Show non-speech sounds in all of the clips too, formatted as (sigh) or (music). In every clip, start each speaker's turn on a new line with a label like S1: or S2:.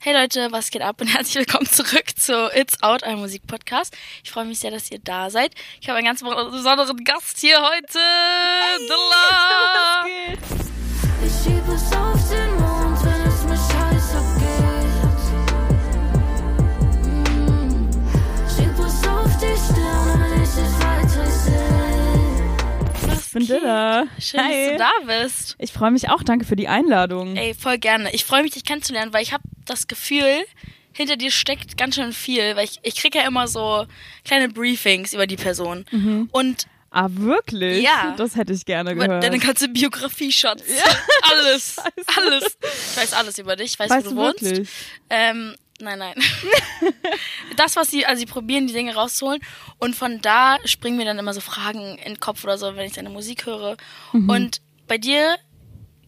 S1: Hey Leute, was geht ab und (laughs) herzlich willkommen zurück zu It's Out, einem Musikpodcast. Ich freue mich sehr, dass ihr da seid. Ich habe einen ganz besonderen Gast hier heute. Dilla!
S2: Ich schieb es auf den Mond, wenn es mir scheiß abgeht. Mm. Schieb es auf die Stirn, damit ich es weiter seh.
S1: Was
S3: Ich bin Dilla.
S1: geht? Schön, dass du da bist.
S3: Ich freue mich auch. Danke für die Einladung.
S1: Ey, voll gerne. Ich freue mich, dich kennenzulernen, weil ich habe das Gefühl, hinter dir steckt ganz schön viel, weil ich, ich kriege ja immer so kleine Briefings über die Person. Und
S3: Ah, wirklich?
S1: Ja.
S3: Das hätte ich gerne gehört.
S1: deine ganze Biografie, Schatz.
S3: (laughs)
S1: alles. Alles. Ich weiß alles über dich. Ich weiß,
S3: weißt
S1: wo
S3: du
S1: du wohnst.
S3: wirklich?
S1: Ähm, nein, nein. (laughs) das, was sie, also sie probieren, die Dinge rauszuholen. Und von da springen mir dann immer so Fragen in den Kopf oder so, wenn ich deine Musik höre.
S3: Mhm.
S1: Und bei dir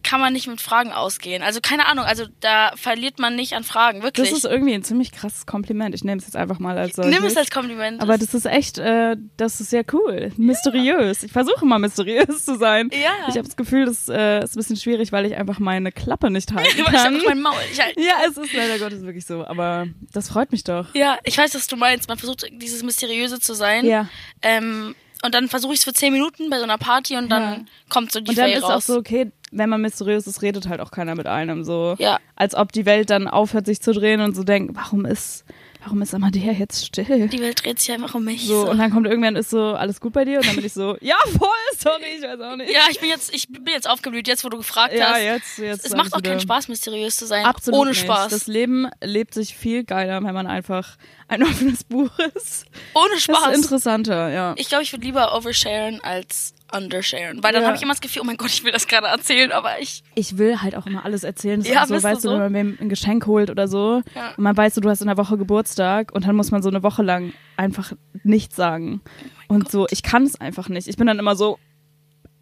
S1: kann man nicht mit Fragen ausgehen. Also keine Ahnung, also da verliert man nicht an Fragen, wirklich.
S3: Das ist irgendwie ein ziemlich krasses Kompliment. Ich nehme es jetzt einfach mal als solches.
S1: Nimm es als Kompliment.
S3: aber das ist echt, äh, das ist sehr cool. Mysteriös. Ich versuche mal mysteriös zu sein.
S1: Ja.
S3: Ich habe das Gefühl, das äh, ist ein bisschen schwierig, weil ich einfach meine Klappe nicht
S1: (laughs)
S3: halten
S1: (laughs) ich hab
S3: kann.
S1: auch mein Maul. Ich halt,
S3: ja, es ist leider Gottes wirklich so. Aber das freut mich doch.
S1: ja, ich weiß, was du meinst. Man versucht, dieses Mysteriöse zu sein.
S3: Ja.
S1: Ähm, und dann versuche ich es für zehn Minuten bei so einer Party und dann
S3: Ja.
S1: kommt so die
S3: Und dann
S1: Faye
S3: ist auch
S1: raus.
S3: so, okay, wenn man mysteriös ist, redet halt auch keiner mit einem so.
S1: Ja.
S3: Als ob die Welt dann aufhört, sich zu drehen und so denkt, warum ist, warum ist Amadea jetzt still?
S1: die Welt dreht sich einfach um mich.
S3: So,
S1: so.
S3: und dann kommt irgendwann ist so, alles gut bei dir? Und dann bin
S1: (laughs)
S3: ich so, ja voll, sorry, ich weiß auch nicht.
S1: Ja, ich bin jetzt, ich bin jetzt aufgeblüht, jetzt wo du gefragt
S3: Ja,
S1: hast.
S3: jetzt, jetzt.
S1: es macht
S3: hab
S1: auch
S3: ich
S1: keinen
S3: wieder-
S1: Spaß, mysteriös zu sein.
S3: Absolut
S1: ohne
S3: nicht.
S1: Spaß.
S3: Das Leben lebt sich viel geiler, wenn man einfach ein (laughs) offenes Buch ist.
S1: ohne
S3: Das ist
S1: Spaß.
S3: interessanter, ja.
S1: ich glaube, ich würde lieber oversharen als undersharen. Weil dann
S3: Ja.
S1: habe ich immer das Gefühl, oh mein Gott, ich will das gerade erzählen, aber ich.
S3: ich will halt auch immer alles erzählen. Das
S1: Ja,
S3: ist auch
S1: bist
S3: so,
S1: du
S3: weißt du,
S1: so?
S3: wenn man wem ein Geschenk holt oder so
S1: Ja.
S3: und man weiß, so, du hast in der Woche Geburtstag und dann muss man so eine Woche lang einfach nichts sagen.
S1: Oh
S3: und so, ich kann es einfach nicht. Ich bin dann immer so,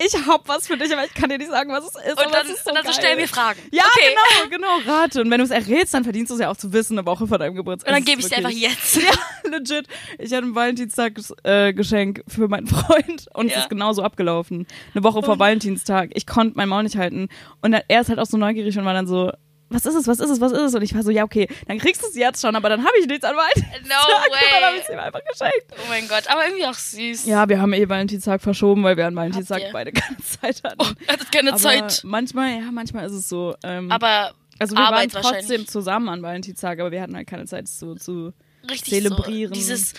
S3: ich hab was für dich, aber ich kann dir nicht sagen, was es ist. aber
S1: Und dann,
S3: es ist so
S1: und dann so
S3: geil.
S1: stell mir Fragen.
S3: Ja,
S1: okay.
S3: genau, genau, rate. Und wenn du es errätst, dann verdienst du es ja auch zu wissen, eine Woche vor deinem Geburtstag.
S1: Und dann
S3: Es
S1: gebe ich
S3: ist
S1: dir einfach
S3: wirklich-
S1: jetzt.
S3: (laughs) Legit. Ich hatte ein Valentinstagsgeschenk äh, Geschenk für meinen (laughs) Freund und
S1: Ja.
S3: es ist genauso abgelaufen. Eine Woche vor Valentinstag. Ich konnte mein Maul nicht halten. Und dann, er ist halt auch so neugierig und war dann so, was ist es, was ist es, was ist es? Und ich war so, ja, okay, dann kriegst du es jetzt schon, aber dann habe ich nichts an Valentinstag.
S1: No
S3: (laughs) Und dann habe
S1: way.
S3: ich es ihm einfach geschenkt.
S1: Oh mein Gott, aber irgendwie auch süß. (laughs)
S3: Ja, wir haben eh Valentinstag verschoben, weil wir an
S1: Habt ihr?
S3: Valentinstag beide (laughs) keine Zeit hatten.
S1: Er hat keine
S3: aber
S1: Zeit.
S3: manchmal, ja, manchmal ist es so. Ähm,
S1: Aber
S3: also wir
S1: Arbeit
S3: waren
S1: wahrscheinlich.
S3: trotzdem zusammen an Valentinstag, aber wir hatten halt keine Zeit es so zu
S1: richtig
S3: zelebrieren.
S1: So dieses,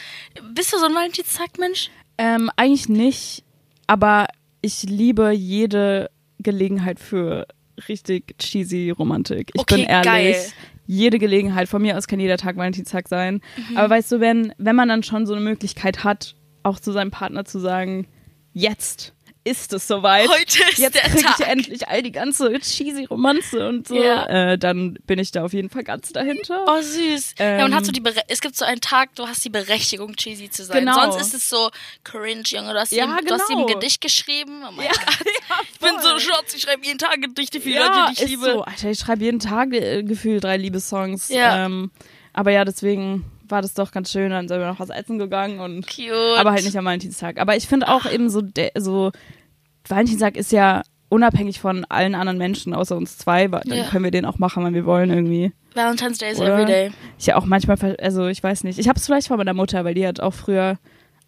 S1: bist du so ein Valentinstag-Mensch?
S3: Ähm, eigentlich nicht, aber ich liebe jede Gelegenheit für richtig cheesy Romantik. Ich
S1: Okay,
S3: bin ehrlich.
S1: geil.
S3: Jede Gelegenheit. Von mir aus kann jeder Tag Valentinstag sein.
S1: Mhm.
S3: Aber weißt du, wenn, wenn man dann schon so eine Möglichkeit hat, auch zu seinem Partner zu sagen, jetzt ist es soweit.
S1: Heute ist
S3: jetzt
S1: der
S3: krieg
S1: Tag.
S3: ich endlich all die ganze cheesy Romanze und so.
S1: Ja.
S3: Äh, dann bin ich da auf jeden Fall ganz dahinter.
S1: Oh, süß. ja, und
S3: Ähm.
S1: hast du die Bere es gibt so einen Tag, du hast die Berechtigung, cheesy zu sein.
S3: Genau.
S1: Sonst ist es so cringe, Junge. Du hast,
S3: Ja,
S1: eben, du hast eben
S3: genau.
S1: ein Gedicht geschrieben. Oh mein
S3: (laughs) Ja,
S1: Gott. Ich bin so stolz, ich schreibe jeden Tag Gedichte für die
S3: ja,
S1: Leute, die ich
S3: ist
S1: liebe.
S3: So. Alter, ich schreibe jeden Tag äh, gefühlt drei Liebessongs.
S1: Ja.
S3: Ähm, aber ja, deswegen war das doch ganz schön. Dann sind wir noch was essen gegangen und
S1: Cute.
S3: aber halt nicht am Valentinstag. Aber ich finde
S1: Ah.
S3: auch eben so, de- so Valentinstag ist ja unabhängig von allen anderen Menschen außer uns zwei, wa- dann
S1: Ja.
S3: können wir den auch machen, wenn wir wollen irgendwie.
S1: Valentine's Day is
S3: Oder?
S1: every day.
S3: Ich ja auch manchmal, ver- also ich weiß nicht. Ich habe es vielleicht von meiner Mutter, weil die hat auch früher,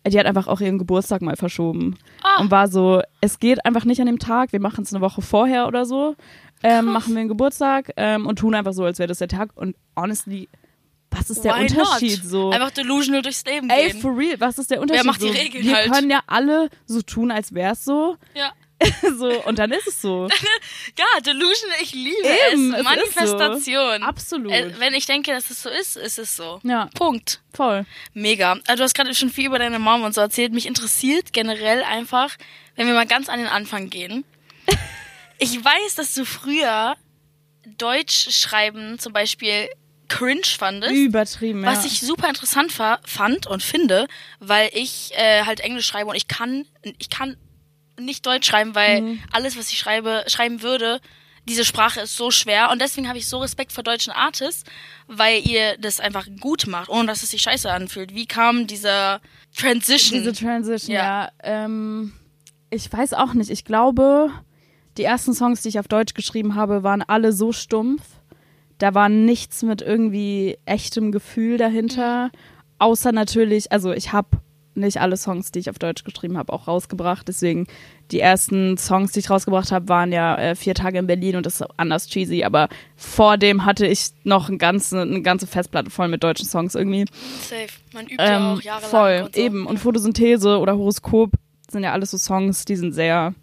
S3: die hat einfach auch ihren Geburtstag mal verschoben
S1: Ah.
S3: und war so, es geht einfach nicht an dem Tag. Wir machen es eine Woche vorher oder so, ähm, machen wir einen Geburtstag ähm, und tun einfach so, als wäre das der Tag. Und honestly, was ist der
S1: Why
S3: Unterschied
S1: not?
S3: so?
S1: Einfach delusional durchs Leben
S3: Ey,
S1: gehen.
S3: for real, was ist der Unterschied?
S1: macht die
S3: so,
S1: Regeln
S3: wir
S1: halt?
S3: können ja alle so tun, als wär's so. (laughs)
S1: Ja.
S3: so und dann ist
S1: (laughs)
S3: es so.
S1: ja, delusional, ich liebe
S3: Eben,
S1: es.
S3: es ist so.
S1: Manifestation.
S3: Absolut.
S1: Äh, wenn ich denke, dass es so ist, ist es so.
S3: Ja,
S1: Punkt.
S3: voll.
S1: Mega. Also du hast gerade schon viel über deine Mom und so erzählt. Mich interessiert generell einfach, wenn wir mal ganz an den Anfang gehen. Ich weiß, dass du früher Deutsch schreiben zum Beispiel cringe fandest.
S3: Übertrieben.
S1: Was
S3: ja.
S1: ich super interessant fa fand und finde, weil ich äh, halt Englisch schreibe und ich kann, ich kann nicht Deutsch schreiben, weil
S3: Mhm.
S1: alles, was ich schreibe, schreiben würde, diese Sprache ist so schwer und deswegen habe ich so Respekt vor deutschen Artists, weil ihr das einfach gut macht, ohne dass es sich scheiße anfühlt. Wie kam dieser Transition?
S3: Diese Transition,
S1: Ja.
S3: ja. Ähm, ich weiß auch nicht. Ich glaube, die ersten Songs, die ich auf Deutsch geschrieben habe, waren alle so stumpf, Da war nichts mit irgendwie echtem Gefühl dahinter.
S1: Mhm.
S3: Außer natürlich, also ich habe nicht alle Songs, die ich auf Deutsch geschrieben habe, auch rausgebracht. Deswegen die ersten Songs, die ich rausgebracht habe, waren ja äh, vier Tage in Berlin und das ist anders cheesy. Aber vor dem hatte ich noch einen ganzen, eine ganze Festplatte voll mit deutschen Songs irgendwie.
S1: Safe. Man übt ja
S3: Ähm,
S1: auch jahrelang.
S3: voll,
S1: und so.
S3: eben. Und Photosynthese oder Horoskop sind ja alles so Songs, die sind sehr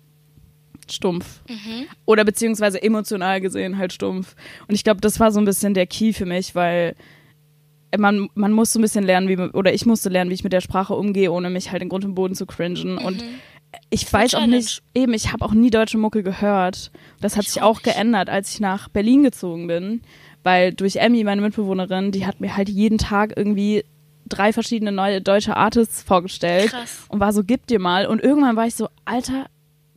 S3: stumpf.
S1: Mhm.
S3: Oder beziehungsweise emotional gesehen halt stumpf. Und ich glaube, das war so ein bisschen der Key für mich, weil äh, man, man muss so ein bisschen lernen, wie man- oder ich musste lernen, wie ich mit der Sprache umgehe, ohne mich halt in Grund und Boden zu cringen. Und
S1: Mhm.
S3: ich weiß auch
S1: Challenge.
S3: nicht, eben, ich habe auch nie deutsche Mucke gehört. Das hat
S1: Ich
S3: sich
S1: auch
S3: auch geändert, als ich nach Berlin gezogen bin. Weil durch Emmy, meine Mitbewohnerin, die hat mir halt jeden Tag irgendwie drei verschiedene neue deutsche Artists vorgestellt
S1: Krass.
S3: und war so, gib dir mal. Und irgendwann war ich so, Alter,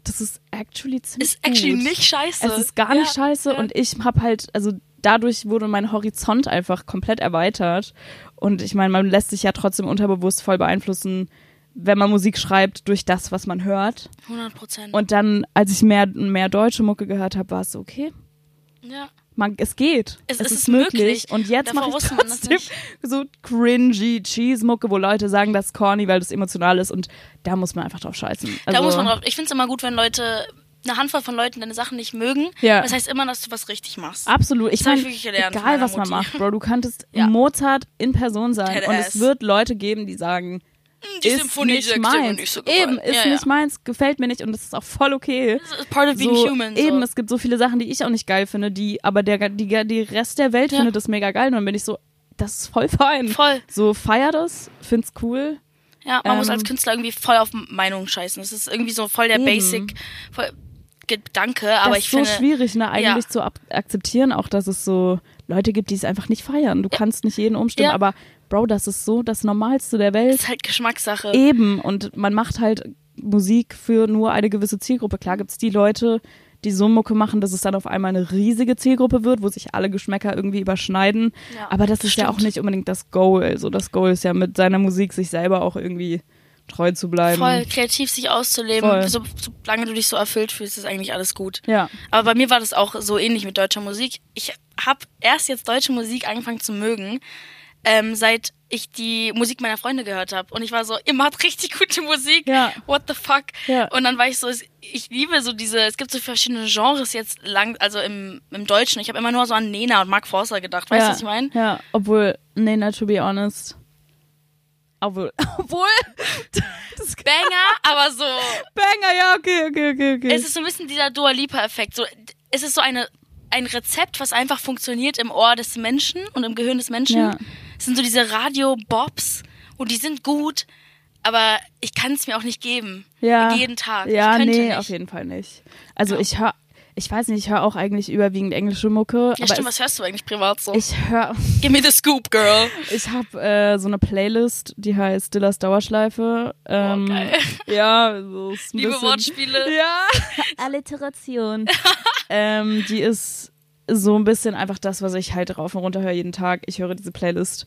S3: das ist actually ziemlich
S1: Ist actually
S3: gut.
S1: nicht scheiße.
S3: Es ist gar
S1: Ja,
S3: nicht scheiße
S1: ja.
S3: und ich habe halt, also dadurch wurde mein Horizont einfach komplett erweitert. Und ich meine, man lässt sich ja trotzdem unterbewusst voll beeinflussen, wenn man Musik schreibt, durch das, was man hört.
S1: 100 Prozent.
S3: Und dann, als ich mehr, mehr deutsche Mucke gehört habe, war es so, okay,
S1: Ja.
S3: man, es geht.
S1: Es-
S3: Es,
S1: es
S3: ist,
S1: ist
S3: möglich.
S1: möglich.
S3: Und jetzt
S1: Davor
S3: mache ich
S1: wusste man das
S3: trotzdem (laughs) so cringy Cheese-Mucke, wo Leute sagen, das ist corny, weil das emotional ist. Und da muss man einfach drauf scheißen.
S1: Da
S3: Also,
S1: muss man drauf. Ich finde es immer gut, wenn Leute, eine Handvoll von Leuten deine Sachen nicht mögen.
S3: Ja. Ah,
S1: Das heißt immer, dass du was richtig machst.
S3: Absolut. Ich
S1: Das hab ich
S3: meine,
S1: wirklich gelernt von
S3: egal
S1: meiner
S3: was man
S1: Mutti.
S3: macht, Bro, du könntest
S1: (laughs) Ja.
S3: Mozart in Person sein
S1: Dead
S3: und
S1: ass.
S3: es wird Leute geben, die sagen,
S1: Hm, Die
S3: ist
S1: Symphonie
S3: nicht
S1: sagt dir
S3: meins.
S1: nicht so gefallen.
S3: eben, ist
S1: ja,
S3: nicht
S1: ja.
S3: meins, gefällt mir nicht und das ist auch voll okay.
S1: Das ist Part of being
S3: so,
S1: human. So.
S3: Eben, es gibt so viele Sachen, die ich auch nicht geil finde, die, aber der, die, die Rest der Welt
S1: Ja.
S3: findet das mega geil und dann bin ich so, das ist voll fein.
S1: Voll.
S3: So, feier das, find's cool.
S1: Ja, man muss
S3: Ähm,
S1: als Künstler irgendwie voll auf Meinungen scheißen. Das ist irgendwie so voll der
S3: Eben.
S1: Basic voll Gedanke, aber
S3: das
S1: ich
S3: ist so
S1: finde.
S3: schwierig, ne, eigentlich
S1: ja.
S3: zu ab akzeptieren, auch dass es so Leute gibt, die es einfach nicht feiern. Du kannst nicht jeden umstimmen,
S1: Ja.
S3: aber Bro, das ist so das Normalste der Welt.
S1: Ist halt Geschmackssache.
S3: Eben, und man macht halt Musik für nur eine gewisse Zielgruppe. Klar gibt es die Leute, die so Mucke machen, dass es dann auf einmal eine riesige Zielgruppe wird, wo sich alle Geschmäcker irgendwie überschneiden.
S1: Ja,
S3: Aber das ist ja
S1: stimmt.
S3: auch nicht unbedingt das Goal. Also das Goal ist ja mit seiner Musik sich selber auch irgendwie treu zu bleiben.
S1: Voll kreativ sich auszuleben.
S3: Voll.
S1: So, solange du dich so erfüllt fühlst, ist eigentlich alles gut.
S3: Ja.
S1: Aber bei mir war das auch so ähnlich mit deutscher Musik. Ich habe erst jetzt deutsche Musik angefangen zu mögen, ähm, seit ich die Musik meiner Freunde gehört habe. Und ich war so, ihr macht richtig gute Musik.
S3: Ja.
S1: What the fuck?
S3: Ja.
S1: Und dann war ich so, es- ich liebe so diese, es gibt so verschiedene Genres jetzt lang, also im, im Deutschen. Ich habe immer nur so an Nena und Mark Forster gedacht. Weißt du,
S3: ja.
S1: was ich meine?
S3: Ja, obwohl, nee, na, to be honest. Obwohl, (laughs) obwohl,
S1: Banger, aber so,
S3: Banger, ja, okay, okay, okay, okay.
S1: es ist so ein bisschen dieser Dua Lipa-Effekt. So, es ist so eine, ein Rezept, was einfach funktioniert im Ohr des Menschen und im Gehirn des Menschen.
S3: Ja.
S1: Es sind so diese Radio-Bobs und die sind gut, aber ich kann es mir auch nicht geben. Jeden Tag.
S3: Ja,
S1: ich könnte
S3: nee,
S1: nicht.
S3: auf jeden Fall nicht. Also ich höre, ich weiß nicht, ich höre auch eigentlich überwiegend englische Mucke.
S1: Ja,
S3: aber
S1: stimmt, was hörst du eigentlich privat so?
S3: es, ich höre,
S1: Give me the scoop, girl.
S3: (laughs) ich habe äh, so eine Playlist, die heißt Dillers Dauerschleife. Ähm,
S1: geil.
S3: Ja, so ist ein
S1: Liebe
S3: bisschen,
S1: Wortspiele.
S3: Ja. (laughs) Alliteration. ähm, die ist so ein bisschen einfach das, was ich halt rauf und runter höre jeden Tag. Ich höre diese Playlist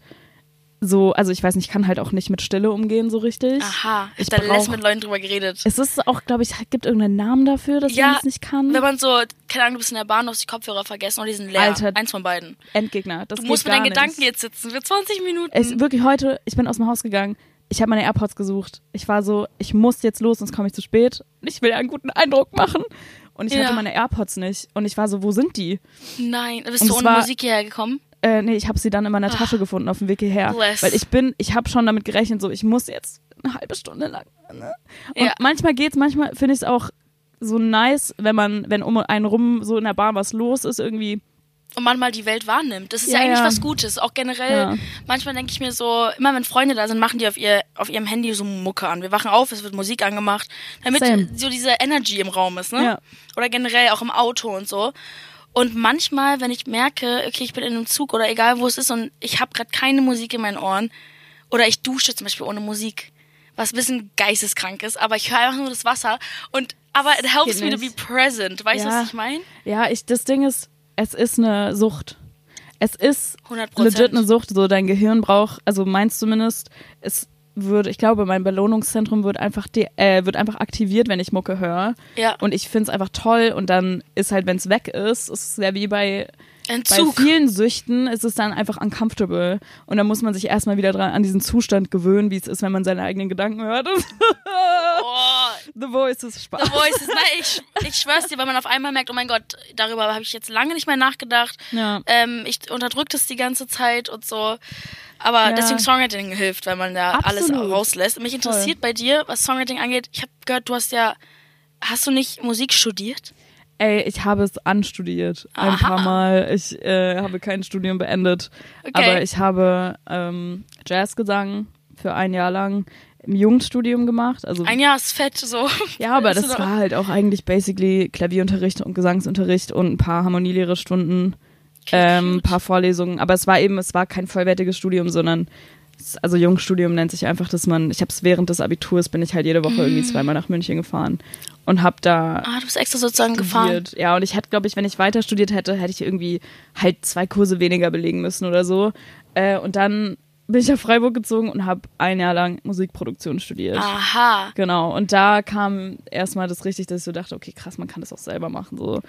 S3: so, also ich weiß nicht, ich kann halt auch nicht mit Stille umgehen so richtig.
S1: Aha, ich
S3: Ich
S1: da lässt
S3: brauch-
S1: mit Leuten drüber geredet.
S3: Es ist auch, glaube ich, gibt irgendeinen Namen dafür, dass
S1: Ja,
S3: man das nicht kann.
S1: Wenn man so, keine Ahnung, du bist in der Bahn, du hast die Kopfhörer vergessen oder die sind leer.
S3: Alter.
S1: Eins von beiden.
S3: Endgegner. Das
S1: Du
S3: geht
S1: musst mit
S3: gar
S1: deinen
S3: nicht.
S1: Gedanken jetzt sitzen für 20 Minuten.
S3: Es, wirklich heute, ich bin aus dem Haus gegangen, ich habe meine AirPods gesucht. Ich war so, ich muss jetzt los, sonst komme ich zu spät. Ich will einen guten Eindruck machen. Und ich
S1: Ja.
S3: hatte meine AirPods nicht. Und ich war so, wo sind die?
S1: Nein, bist
S3: Und
S1: du
S3: es
S1: ohne
S3: war-
S1: Musik hierher gekommen?
S3: Äh, nee, ich habe sie dann in meiner Tasche gefunden auf dem Weg hierher.
S1: Ah. Bless.
S3: Weil ich bin, ich habe schon damit gerechnet, so, ich muss jetzt eine halbe Stunde lang. Ne? Und
S1: Ja.
S3: manchmal geht's, manchmal finde ich es auch so nice, wenn man, wenn um einen rum so in der Bahn was los ist, irgendwie.
S1: und man mal die Welt wahrnimmt. Das ist ja,
S3: Ja,
S1: eigentlich
S3: ja.
S1: was Gutes. Auch generell,
S3: Ja.
S1: manchmal denke ich mir so, immer wenn Freunde da sind, machen die auf, ihr, auf ihrem Handy so Mucke an. Wir wachen auf, es wird Musik angemacht, damit
S3: Same.
S1: so diese Energy im Raum ist, ne?
S3: Ja.
S1: Oder generell auch im Auto und so. Und manchmal, wenn ich merke, okay, ich bin in einem Zug oder egal wo es ist und ich habe gerade keine Musik in meinen Ohren oder ich dusche zum Beispiel ohne Musik, was ein bisschen geisteskrank ist, aber ich höre einfach nur das Wasser und aber it helps
S3: geht
S1: me to be
S3: nicht.
S1: present. Weißt du,
S3: Ja.
S1: was ich meine?
S3: Ja, ich, das Ding ist, es ist eine Sucht. Es ist
S1: 100%.
S3: legit eine Sucht. So, dein Gehirn braucht, also meins zumindest, es würde, ich glaube, mein Belohnungszentrum wird einfach, de äh, wird einfach aktiviert, wenn ich Mucke höre.
S1: Ja.
S3: Und ich find's einfach toll und dann ist halt, wenn's weg ist, ist es ja wie bei
S1: Entzug.
S3: Bei vielen Süchten ist es dann einfach uncomfortable. Und dann muss man sich erstmal wieder dran, an diesen Zustand gewöhnen, wie es ist, wenn man seine eigenen Gedanken hört. (laughs)
S1: Oh,
S3: The Voice ist Spaß.
S1: The Voice ist, nein, ich, ich schwör's dir, weil man auf einmal merkt, oh mein Gott, darüber habe ich jetzt lange nicht mehr nachgedacht.
S3: Ja.
S1: Ähm, ich unterdrückt es die ganze Zeit und so. Aber
S3: Ja.
S1: deswegen Songwriting hilft, weil man da alles
S3: Absolut.
S1: rauslässt. Mich interessiert bei dir, was Songwriting angeht. Ich habe gehört, du hast ja, hast du nicht Musik studiert?
S3: Ey, ich habe es anstudiert. Ein
S1: Aha.
S3: paar Mal. Ich äh, habe kein Studium beendet.
S1: Okay.
S3: Aber ich habe ähm, Jazzgesang für ein Jahr lang im Jugendstudium gemacht. Also
S1: Ein Jahr ist fett, so.
S3: Ja, aber
S1: Ist
S3: das
S1: so-
S3: war halt auch eigentlich basically Klavierunterricht und Gesangsunterricht und ein paar Harmonielehrerstunden, ähm, ein paar Vorlesungen. Aber es war eben, es war kein vollwertiges Studium, sondern es- also Jungstudium nennt sich einfach, dass man, ich habe es während des Abiturs, bin ich halt jede Woche irgendwie zweimal nach München gefahren und habe da
S1: Ah, du bist extra sozusagen gefahren.
S3: studiert. Ja, und ich hätte, glaube ich, wenn ich weiter studiert hätte, hätte ich irgendwie halt zwei Kurse weniger belegen müssen oder so. Äh, und dann bin ich nach Freiburg gezogen und habe ein Jahr lang Musikproduktion
S1: Ah,
S3: studiert.
S1: Aha.
S3: Genau, und da kam erstmal das richtig, dass ich so dachte, okay, krass, man kann das auch selber machen. So,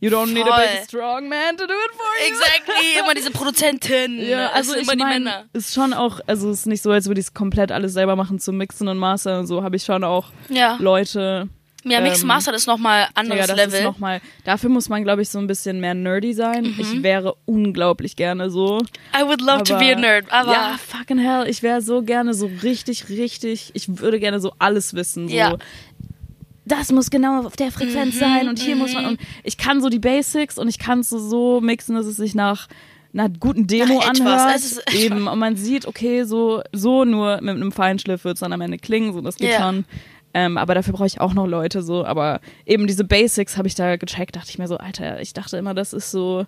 S3: you don't need a
S1: Voll.
S3: big strong man to do it for you. (laughs)
S1: Exactly, immer diese Produzentin.
S3: Ja,
S1: Es
S3: also
S1: sind
S3: ich
S1: immer die
S3: mein,
S1: Männer.
S3: ist schon auch, also es ist nicht so, als würde ich es komplett alles selber machen zum Mixen und Mastern und so, habe ich schon auch
S1: Ja,
S3: Leute.
S1: ja Mixed
S3: ähm,
S1: Master ist nochmal
S3: Ja,
S1: anderes
S3: das
S1: Level. Mhm.
S3: ist nochmal, dafür muss man, glaube ich, so ein bisschen mehr nerdy sein. Ich wäre unglaublich gerne so.
S1: I would love to be a nerd, aber
S3: ja, fucking hell, ich wäre so gerne so richtig, richtig, ich würde gerne so alles wissen. So.
S1: Ja. Mhm,
S3: Das muss genau auf der Frequenz sein und hier muss man. Und ich kann so die Basics und ich kann es so, so mixen, dass es sich nach einer guten Demo
S1: Nach etwas,
S3: anhört.
S1: es ist- (laughs)
S3: Eben. Und man sieht, okay, so, so nur mit einem Feinschliff wird es dann am Ende klingen, so das geht
S1: Ja.
S3: schon. Ähm, aber dafür brauche ich auch noch Leute so. Aber eben diese Basics habe ich da gecheckt, dachte ich mir so, Alter, ich dachte immer, das ist so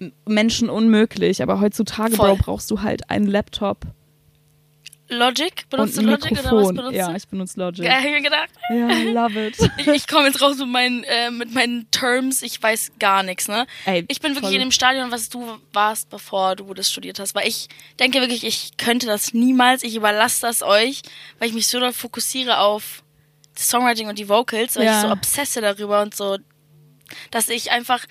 S3: m- Menschen unmöglich. Aber heutzutage
S1: Voll.
S3: Bro, brauchst du halt einen Laptop
S1: Logic? Benutzt
S3: und ein
S1: du Logic oder was
S3: Mikrofon.
S1: benutzt
S3: ja,
S1: du?
S3: ich benutze Logic.
S1: Ja, hab ich mir gedacht.
S3: Ja, love it.
S1: Ich, ich komme jetzt raus mit meinen, äh, mit meinen Terms, ich weiß gar nichts, ne?
S3: Ey,
S1: ich bin wirklich
S3: voll.
S1: in dem Stadion, was du warst, bevor du das studiert hast, weil ich denke wirklich, ich könnte das niemals, ich überlasse das euch, weil ich mich so doll fokussiere auf das Songwriting und die Vocals, weil
S3: Ja.
S1: ich so obsesse darüber und so, dass ich einfach,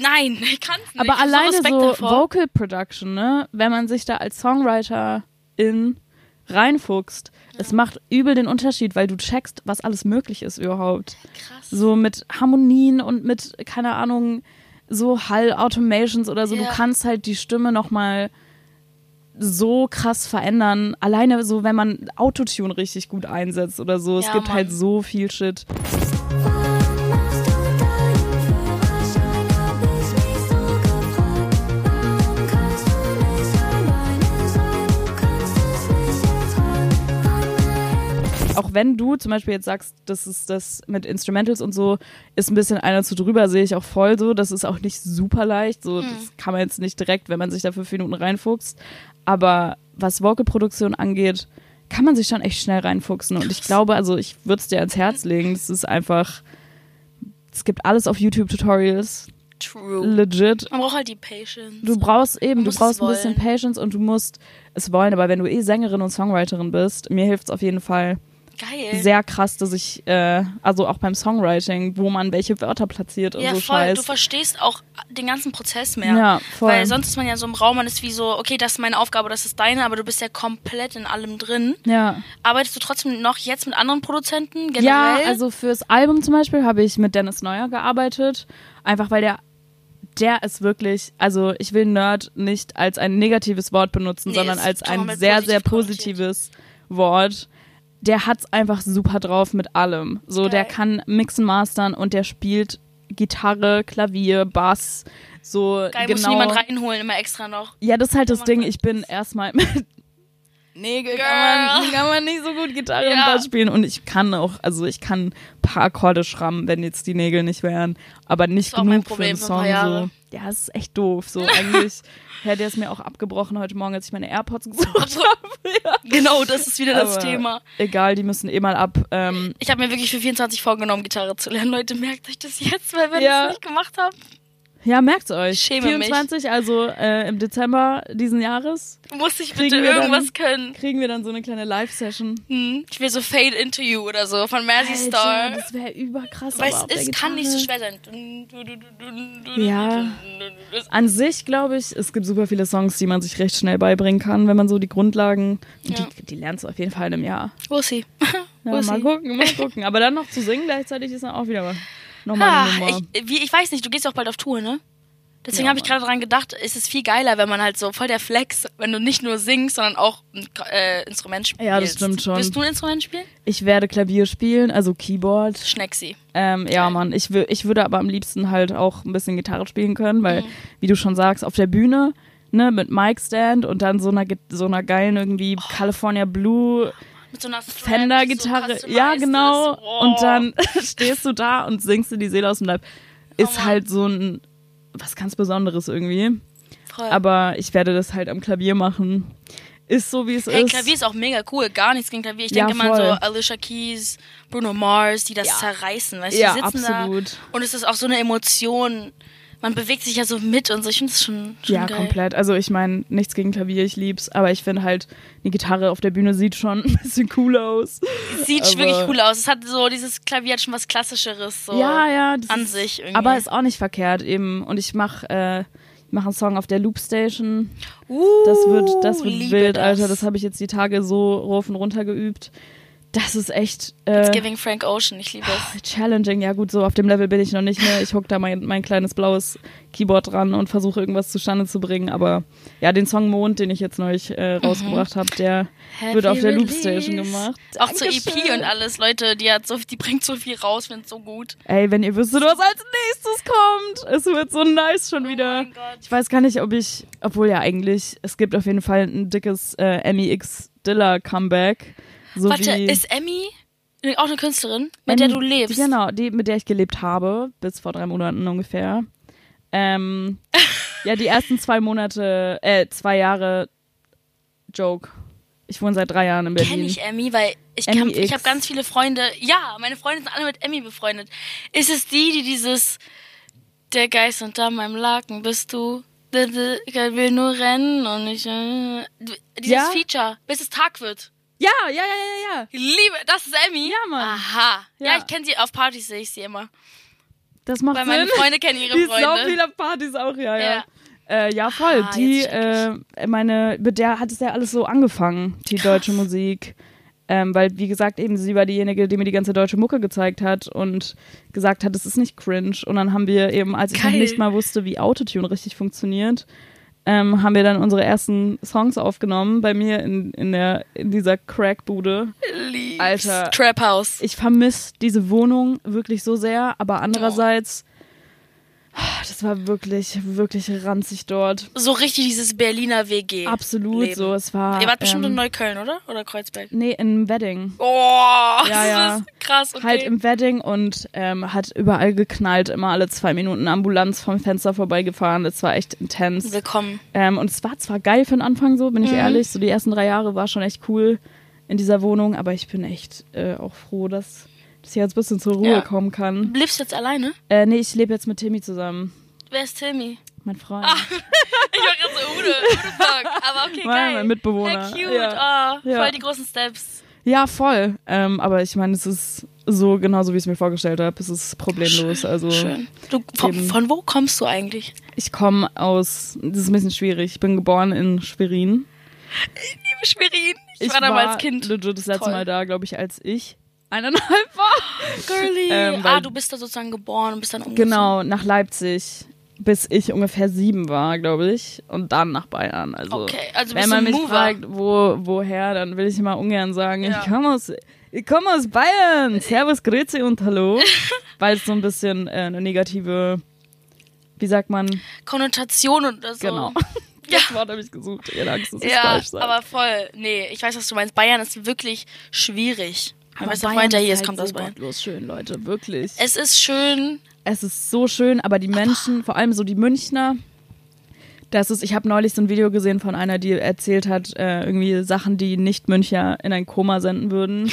S1: nein, ich kann's nicht.
S3: Aber
S1: ich hab
S3: alleine
S1: so, Respekt
S3: so
S1: davor.
S3: Vocal Production, ne? Wenn man sich da als Songwriter in reinfuchst, es macht übel den Unterschied, weil du checkst, was alles möglich ist überhaupt.
S1: Krass.
S3: So mit Harmonien und mit, keine Ahnung, so Hall-Automations oder so.
S1: Ja.
S3: Du kannst halt die Stimme nochmal so krass verändern. Alleine so, wenn man Autotune richtig gut einsetzt oder so. es
S1: Ja,
S3: gibt halt
S1: Mann.
S3: so viel Shit.
S2: Wann machst du deinen Führerschein? Hab ich mich so gefragt. Warum kannst du nicht alleine sein? Du kannst es nicht ertragen. Andere
S3: auch wenn du zum Beispiel jetzt sagst, das ist das mit Instrumentals und so, ist ein bisschen einer zu drüber, sehe ich auch voll so. Das ist auch nicht super leicht. So,
S1: Hm.
S3: das kann man jetzt nicht direkt, wenn man sich da fünf Minuten reinfuchst. Aber was Vocalproduktion angeht, kann man sich schon echt schnell reinfuchsen. Und ich glaube, also ich würde es dir ans Herz legen. Es ist einfach, es gibt alles auf YouTube-Tutorials.
S1: True.
S3: Legit.
S1: Man braucht halt die Patience.
S3: Du brauchst eben, du
S1: musst
S3: brauchst
S1: es
S3: ein bisschen
S1: wollen.
S3: Patience und du musst es wollen. Aber wenn du eh Sängerin und Songwriterin bist, mir hilft es auf jeden Fall,
S1: Geil.
S3: sehr krass, dass ich, äh, also auch beim Songwriting, wo man welche Wörter platziert und
S1: ja,
S3: so
S1: voll.
S3: Scheiß.
S1: Du verstehst auch den ganzen Prozess mehr.
S3: Ja, voll.
S1: Weil sonst ist man ja so im Raum, man ist wie so, okay, das ist meine Aufgabe, das ist deine, aber du bist ja komplett in allem drin.
S3: ja.
S1: Arbeitest du trotzdem noch jetzt mit anderen Produzenten generell?
S3: ja, also fürs Album zum Beispiel habe ich mit Dennis Neuer gearbeitet, einfach weil der der ist wirklich, also ich will Nerd nicht als ein negatives Wort benutzen,
S1: Nee,
S3: sondern
S1: ist
S3: als ein
S1: total
S3: sehr, sehr
S1: positiv
S3: positives Wort. Der hat's einfach super drauf mit allem. So, der
S1: Geil.
S3: kann mixen, mastern und der spielt Gitarre, Klavier, Bass, so
S1: Geil,
S3: genau.
S1: muss niemand reinholen, immer extra
S3: (laughs)
S1: noch.
S3: Ja, das ist halt das
S1: man
S3: Ding.
S1: weiß
S3: Ich bin erstmal mit
S1: (laughs)
S3: Nägel kann man,
S1: Girl.
S3: kann man nicht so gut Gitarre und
S1: Ja.
S3: Bass spielen. Und ich kann auch, also ich kann ein paar Akkorde schrammen, wenn jetzt die Nägel nicht wären. Aber nicht
S1: Das war auch mein
S3: genug
S1: Problem
S3: für
S1: für ein
S3: einen
S1: paar
S3: Song.
S1: Jahre.
S3: So. Ja, es ist echt
S1: (laughs)
S3: doof. So eigentlich hätte er es mir auch abgebrochen heute Morgen, als ich meine AirPods gesucht habe.
S1: Genau, das ist wieder (laughs) das
S3: Aber
S1: Thema.
S3: Egal, die müssen eh mal ab. Ähm,
S1: Ich habe mir wirklich für 24 vorgenommen, Gitarre zu lernen. Leute, merkt euch das jetzt, weil wenn
S3: Ja.
S1: ihr es nicht gemacht habt,
S3: Ja, merkt euch.
S1: Schäme mich.
S3: 24, also äh, im Dezember diesen Jahres,
S1: Muss ich
S3: Kriegen
S1: bitte
S3: wir dann-
S1: irgendwas können?
S3: kriegen wir dann so eine kleine Live-Session.
S1: Hm, ich will so Fade Into You oder so von Mazzy
S3: Alter,
S1: Star.
S3: Das wäre überkrass.
S1: Weil
S3: aber auf
S1: es
S3: der
S1: ist, kann nicht so
S3: Gitarre.
S1: schwer sein. Dun, dun, dun, dun, dun,
S3: Ja.
S1: dun, dun, dun.
S3: An sich glaube ich, es gibt super viele Songs, die man sich recht schnell beibringen kann, wenn man so die Grundlagen,
S1: Ja.
S3: die, die lernst du auf jeden Fall in einem Jahr.
S1: Wo ist (laughs) sie? Wo
S3: Ja,
S1: ist
S3: mal
S1: sie?
S3: gucken, mal gucken. Aber dann noch zu singen gleichzeitig ist dann auch wieder nochmal
S1: Ah,
S3: eine Nummer.
S1: ich, wie, ich weiß nicht, du gehst ja auch bald auf Tour, ne? Deswegen
S3: Ja,
S1: habe ich gerade dran gedacht, es ist viel geiler, wenn man halt so voll der Flex, wenn du nicht nur singst, sondern auch ein äh, Instrument spielst.
S3: Ja, das stimmt schon.
S1: Willst du ein Instrument spielen?
S3: Ich werde Klavier spielen, also Keyboard.
S1: Schnecksi.
S3: Ähm, ja, Mann, ich, wü- ich würde aber am liebsten halt auch ein bisschen Gitarre spielen können,
S1: Mhm.
S3: weil, wie du schon sagst, auf der Bühne, ne, mit Mic-Stand und dann so einer, Git- so einer geilen irgendwie
S1: Oh.
S3: California Blue
S1: Mit so einer Strap,
S3: Fender-Gitarre.
S1: so
S3: ja,
S1: customized
S3: genau.
S1: ist. Oh.
S3: Und dann (laughs) stehst du da und singst dir die Seele aus dem Leib. Ist
S1: Mann.
S3: halt so ein, was ganz Besonderes irgendwie.
S1: Voll.
S3: Aber ich werde das halt am Klavier machen. Ist so, wie es
S1: Hey,
S3: ist.
S1: Klavier ist auch mega cool, gar nichts gegen Klavier. Ich
S3: Ja,
S1: denke immer an so
S3: voll.
S1: Alicia Keys, Bruno Mars, die das
S3: Ja.
S1: zerreißen. Weißt du,
S3: ja,
S1: die sitzen
S3: absolut.
S1: da und es ist auch so eine Emotion. Man bewegt sich ja so mit und so. Ich finde das schon, schon
S3: Ja,
S1: geil.
S3: komplett. Also ich meine, nichts gegen Klavier, ich lieb's, aber ich finde halt, eine Gitarre auf der Bühne sieht schon (laughs) ein bisschen cool aus.
S1: Sieht
S3: Aber-
S1: wirklich cool aus. Es hat so, dieses Klavier hat schon was Klassischeres. So.
S3: ja, ja. Das
S1: an
S3: ist,
S1: sich irgendwie.
S3: Aber ist auch nicht verkehrt eben. Und ich mach, äh, ich mach einen Song auf der Loopstation.
S1: Uh,
S3: Das wird, das wird
S1: liebe
S3: wild, Alter. Das habe ich jetzt die Tage so rauf und runter geübt. Das ist echt
S1: It's
S3: äh,
S1: giving Frank Ocean, ich liebe es.
S3: challenging. Ja gut, so auf dem Level bin ich noch nicht mehr. Ich hock da mein, mein kleines blaues Keyboard dran und versuche irgendwas zustande zu bringen. Aber ja, den Song Mond, den ich jetzt neulich äh, rausgebracht habe, der wird auf der
S1: Mhm. Happy
S3: Loopstation
S1: Release.
S3: gemacht.
S1: Auch zur EP und alles, Leute, die, hat so, die bringt so viel raus, finde so gut.
S3: Ey, wenn ihr wüsstet, was als nächstes kommt. Es wird so nice schon
S1: Oh
S3: wieder.
S1: mein Gott.
S3: Ich weiß gar nicht, ob ich, obwohl ja eigentlich, es gibt auf jeden Fall ein dickes äh, MEX Dilla Comeback. So
S1: Warte,
S3: wie
S1: ist Emmy auch eine Künstlerin, mit der
S3: Emmy-
S1: du lebst?
S3: Genau, die, mit der ich gelebt habe, bis vor drei Monaten ungefähr.
S1: (laughs)
S3: Ähm, ja, die ersten zwei Monate, äh, zwei Jahre Joke. Ich wohne seit drei Jahren in Berlin.
S1: Kenne ich Emmy, weil ich,
S3: Emmy
S1: kann- ich
S3: X.
S1: habe ganz viele Freunde. Ja, meine Freunde sind alle mit Emmy befreundet. Ist es die, die dieses Der Geist unter meinem Laken bist du? Ich will nur rennen und ich. äh, Dieses
S3: Ja.
S1: Feature, bis es Tag wird.
S3: Ja, ja, ja, ja, ja, ja.
S1: Liebe, das ist Emmy.
S3: Ja, Mann.
S1: Aha. Ja,
S3: Ja.
S1: ich kenne sie auf Partys, sehe ich sie immer.
S3: Das macht
S1: Weil
S3: Sinn.
S1: meine Freunde kennen ihre
S3: Die ist
S1: Freunde.
S3: auf vieler Partys auch, ja, ja.
S1: Ja.
S3: Ja, äh, ja voll.
S1: Ah,
S3: die,
S1: jetzt
S3: äh,
S1: check
S3: meine, mit der hat es ja alles so angefangen, die deutsche Musik. Ähm, weil, wie gesagt, eben sie war diejenige, die mir die ganze deutsche Mucke gezeigt hat und gesagt hat, es ist nicht cringe. Und dann haben wir eben, als ich noch
S1: Geil.
S3: nicht mal wusste, wie Autotune richtig funktioniert, ähm, haben wir dann unsere ersten Songs aufgenommen bei mir in, in, der, in dieser Crackbude.
S1: Liebs.
S3: Alter.
S1: Trap House.
S3: Ich vermisse diese Wohnung wirklich so sehr, aber andererseits,
S1: Oh.
S3: das war wirklich, wirklich ranzig dort.
S1: So richtig dieses Berliner WG.
S3: Absolut
S1: Leben.
S3: so. Es war.
S1: Ihr wart bestimmt
S3: ähm,
S1: in Neukölln, oder? Oder Kreuzberg?
S3: Nee, im Wedding.
S1: Oh,
S3: Ja, ja.
S1: das ist krass. Okay.
S3: Halt im Wedding und ähm, hat überall geknallt, immer alle zwei Minuten Ambulanz vom Fenster vorbeigefahren. Das war echt intens.
S1: Willkommen.
S3: Ähm, und es war zwar geil für den Anfang so,
S1: Mhm.
S3: bin ich ehrlich. So die ersten drei Jahre war schon echt cool in dieser Wohnung, aber ich bin echt äh, auch froh, dass, dass ich jetzt ein bisschen zur Ruhe
S1: Ja.
S3: kommen kann.
S1: Du lebst jetzt alleine?
S3: Äh, nee, ich lebe jetzt mit Timmy zusammen.
S1: Wer ist Timmy?
S3: Mein Freund.
S1: Ah. Ich war gerade so Ude. Ude Dog. Aber okay,
S3: Mein-
S1: geil.
S3: mein Mitbewohner.
S1: Hey, cute. Oh,
S3: Ja.
S1: Voll die großen Steps.
S3: Ja, voll. Ähm, aber ich meine, es ist so genauso, wie ich es mir vorgestellt habe. Es ist problemlos. also
S1: Schön. Du, von,
S3: eben.
S1: von wo kommst du eigentlich?
S3: ich komme aus, das ist ein bisschen schwierig. Ich bin geboren in Schwerin.
S1: Liebe Schwerin. Ich, war damals Kind.
S3: Legit das letzte
S1: Toll.
S3: Mal da, glaube ich, als ich eineinhalb war.
S1: Girly.
S3: Ähm,
S1: ah,
S3: weil-
S1: du bist da sozusagen geboren und bist dann umgezogen.
S3: Genau, nach Leipzig, bis ich ungefähr sieben war, glaube ich. Und dann nach Bayern. Also,
S1: Okay, also
S3: wenn
S1: bist du
S3: man
S1: ein
S3: mich
S1: Mover.
S3: fragt, wo, woher, dann will ich immer ungern sagen,
S1: Ja. Äh,
S3: ich komme aus, ich komm aus Bayern. Servus, Grüezi
S1: (laughs)
S3: und Hallo. Weil es so ein bisschen äh, eine negative, wie sagt man,
S1: Konnotation und so.
S3: genau. (laughs) Das Wort habe ich gesucht. Ihr Angst, dass ich
S1: Ja,
S3: falsch sage.
S1: aber voll. Nee, ich weiß, was du meinst. Bayern ist wirklich schwierig. Mein
S3: Aber
S1: bester
S3: Bayern
S1: Freund, der hier
S3: ist
S1: ist, kommt
S3: halt
S1: aus
S3: so
S1: Bayern. Äh,
S3: gottlos schön, Leute, wirklich.
S1: Es ist schön.
S3: Es ist so schön, aber die Menschen, vor allem so die Münchner, das ist, ich habe neulich so ein Video gesehen von einer, die erzählt hat, äh, irgendwie Sachen, die Nicht-Münchner in ein Koma
S1: (laughs)
S3: senden würden.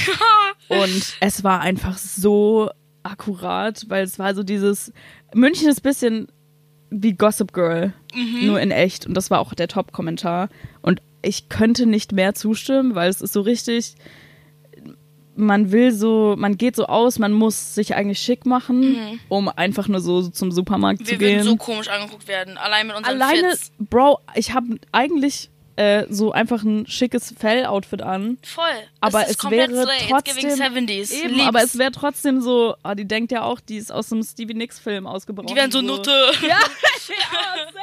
S3: Und es war einfach so akkurat, weil es war so dieses, München ist ein bisschen wie Gossip Girl,
S1: Mhm.
S3: nur in echt. Und das war auch der Top-Kommentar. Und ich könnte nicht mehr zustimmen, weil es ist so richtig, man will so, man geht so aus, man muss sich eigentlich schick machen, um einfach nur so zum Supermarkt zu
S1: Mhm. Wir
S3: gehen.
S1: würden so komisch angeguckt werden. Allein mit unseren
S3: Alleine,
S1: Fits.
S3: Bro, ich habe eigentlich äh, so einfach ein schickes Fell-Outfit an.
S1: Voll.
S3: Aber
S1: es ist
S3: es
S1: komplett
S3: wäre
S1: straight.
S3: trotzdem-
S1: It's giving 70s.
S3: Eben,
S1: Lieb's.
S3: aber es wäre trotzdem so, ah, die denkt ja auch, die ist aus dem Stevie Nicks-Film ausgebrochen.
S1: Die wären so Nutte.
S3: (laughs)
S1: (laughs)
S3: Ja, ja safe,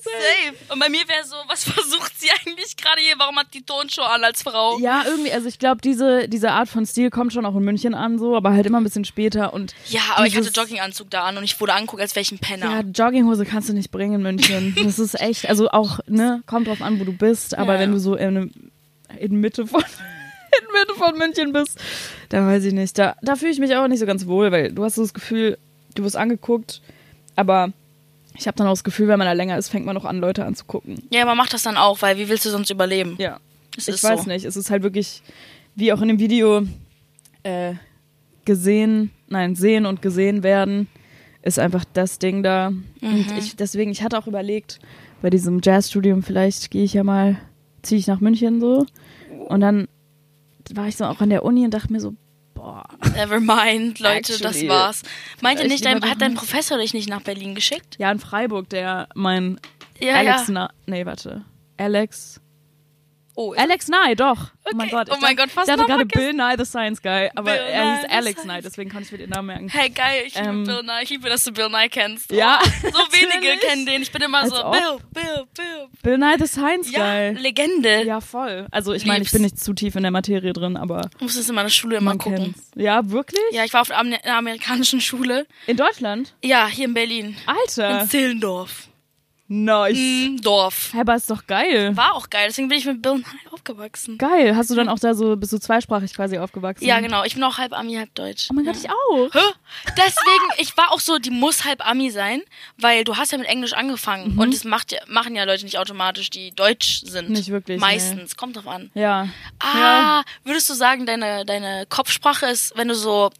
S3: safe.
S1: Safe. Und bei mir wäre so, was versucht sie eigentlich gerade hier? Warum hat die Tonshow an als Frau?
S3: Ja, irgendwie, also ich glaube, diese, diese Art von Stil kommt schon auch in München an, so, aber halt immer ein bisschen später und.
S1: Ja, aber ich hatte
S3: dieses-
S1: Jogginganzug da an und ich wurde angeguckt, als wäre ich ein Penner.
S3: Ja, Jogginghose kannst du nicht bringen
S1: (laughs)
S3: in München. Das ist echt, also auch, ne, kommt drauf an, wo du bist, aber
S1: Ja.
S3: wenn du so in, einem- in Mitte von. (laughs) In Mitte von München bist, da weiß ich nicht. Da, da fühle ich mich auch nicht so ganz wohl, weil du hast so das Gefühl, du wirst angeguckt, aber ich habe dann auch das Gefühl, wenn man da länger ist, fängt man auch an, Leute anzugucken.
S1: Ja, man macht das dann auch, weil wie willst du sonst überleben?
S3: Ja.
S1: Es
S3: ich
S1: ist
S3: weiß
S1: so.
S3: nicht, es ist halt wirklich, wie auch in dem Video, äh, gesehen, nein, sehen und gesehen werden, ist einfach das Ding da.
S1: Mhm.
S3: Und ich, deswegen, ich hatte auch überlegt, bei diesem Jazzstudium, vielleicht gehe ich ja mal, ziehe ich nach München so. Und dann war ich so auch an der Uni und dachte mir so, boah,
S1: Never mind, Leute, das
S3: Actually,
S1: war's. Meint ihr
S3: vielleicht
S1: nicht, dein,
S3: lieber
S1: hat dein Professor dich nicht nach Berlin geschickt?
S3: ja, in Freiburg, der mein
S1: Ja,
S3: Alex,
S1: ja.
S3: Na, nee, warte, Alex,
S1: Oh,
S3: Alex Nye, doch. Oh mein Gott. ich
S1: Oh mein
S3: dachte-
S1: Gott, fast
S3: Ich hatte
S1: noch
S3: gerade
S1: vergessen.
S3: Bill Nye, the Science Guy, aber
S1: Bill
S3: er hieß
S1: Nye, the
S3: Alex
S1: Science-
S3: Nye, deswegen konnte ich mir den Namen merken.
S1: hey, geil, ich liebe
S3: Ähm.
S1: Bill Nye. Ich liebe, dass du Bill Nye kennst. Oh,
S3: Ja. (laughs)
S1: So wenige
S3: natürlich.
S1: kennen den. Ich bin immer
S3: Als
S1: so,
S3: ob.
S1: Bill, Bill, Bill.
S3: Bill Nye, the Science
S1: Ja,
S3: Guy.
S1: Legende.
S3: Ja, voll. Also ich meine, ich
S1: Lieb's.
S3: bin nicht zu tief in der Materie drin, aber
S1: Ich muss das in meiner Schule immer
S3: man
S1: gucken.
S3: kennt's. Ja, wirklich?
S1: Ja, ich war auf der Amer- einer amerikanischen Schule.
S3: In Deutschland?
S1: Ja, hier in Berlin. In
S3: Alter.
S1: Zehlendorf.
S3: Nice.
S1: Mm, Dorf.
S3: Hey, aber ist doch geil.
S1: War auch geil, deswegen bin ich mit Bill Nye aufgewachsen.
S3: Geil. Hast du dann auch da so, bist du zweisprachig quasi aufgewachsen?
S1: Mm. Ja, genau. Ich bin auch halb Ami, halb Deutsch.
S3: Oh mein Gott, ich auch.
S1: Hä? Deswegen, ich war auch so, die muss halb Ami sein, weil du hast ja mit Englisch
S3: Mhm.
S1: angefangen und das macht, ja- machen ja Leute nicht automatisch, die deutsch sind.
S3: Nicht wirklich, nee.
S1: Meistens, kommt drauf an.
S3: Ja.
S1: Ah,
S3: Ja.
S1: würdest du sagen, deine, deine Kopfsprache ist, wenn du so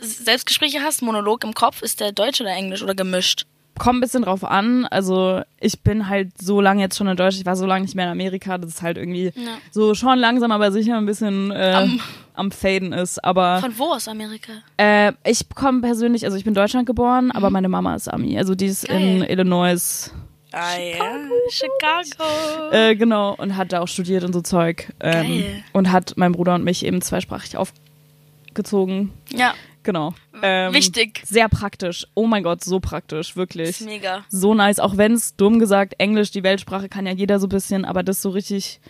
S1: Selbstgespräche hast, Monolog im Kopf, ist der Deutsch oder Englisch oder gemischt?
S3: kommt ein bisschen drauf an. Also ich bin halt so lange jetzt schon in Deutschland, ich war so lange nicht mehr in Amerika, dass es halt irgendwie
S1: Ja.
S3: so schon langsam, aber sicher ein bisschen äh, am,
S1: Am-
S3: Faden ist. Aber
S1: Von wo aus Amerika?
S3: äh, ich komme persönlich, also ich bin in Deutschland geboren, aber meine Mama ist Ami. Also die ist in
S1: Mhm. Geil.
S3: Illinois,
S1: Ah, Chicago. Chicago.
S3: äh, genau, und hat da auch studiert und so Zeug. Ähm,
S1: Geil.
S3: und hat mein Bruder und mich eben zweisprachig aufgezogen.
S1: Ja,
S3: Genau. Ähm,
S1: wichtig.
S3: Sehr praktisch. Oh mein Gott, so praktisch, wirklich.
S1: ist mega.
S3: so nice, auch wenn es dumm gesagt, Englisch, die Weltsprache kann ja jeder so ein bisschen, aber das so richtig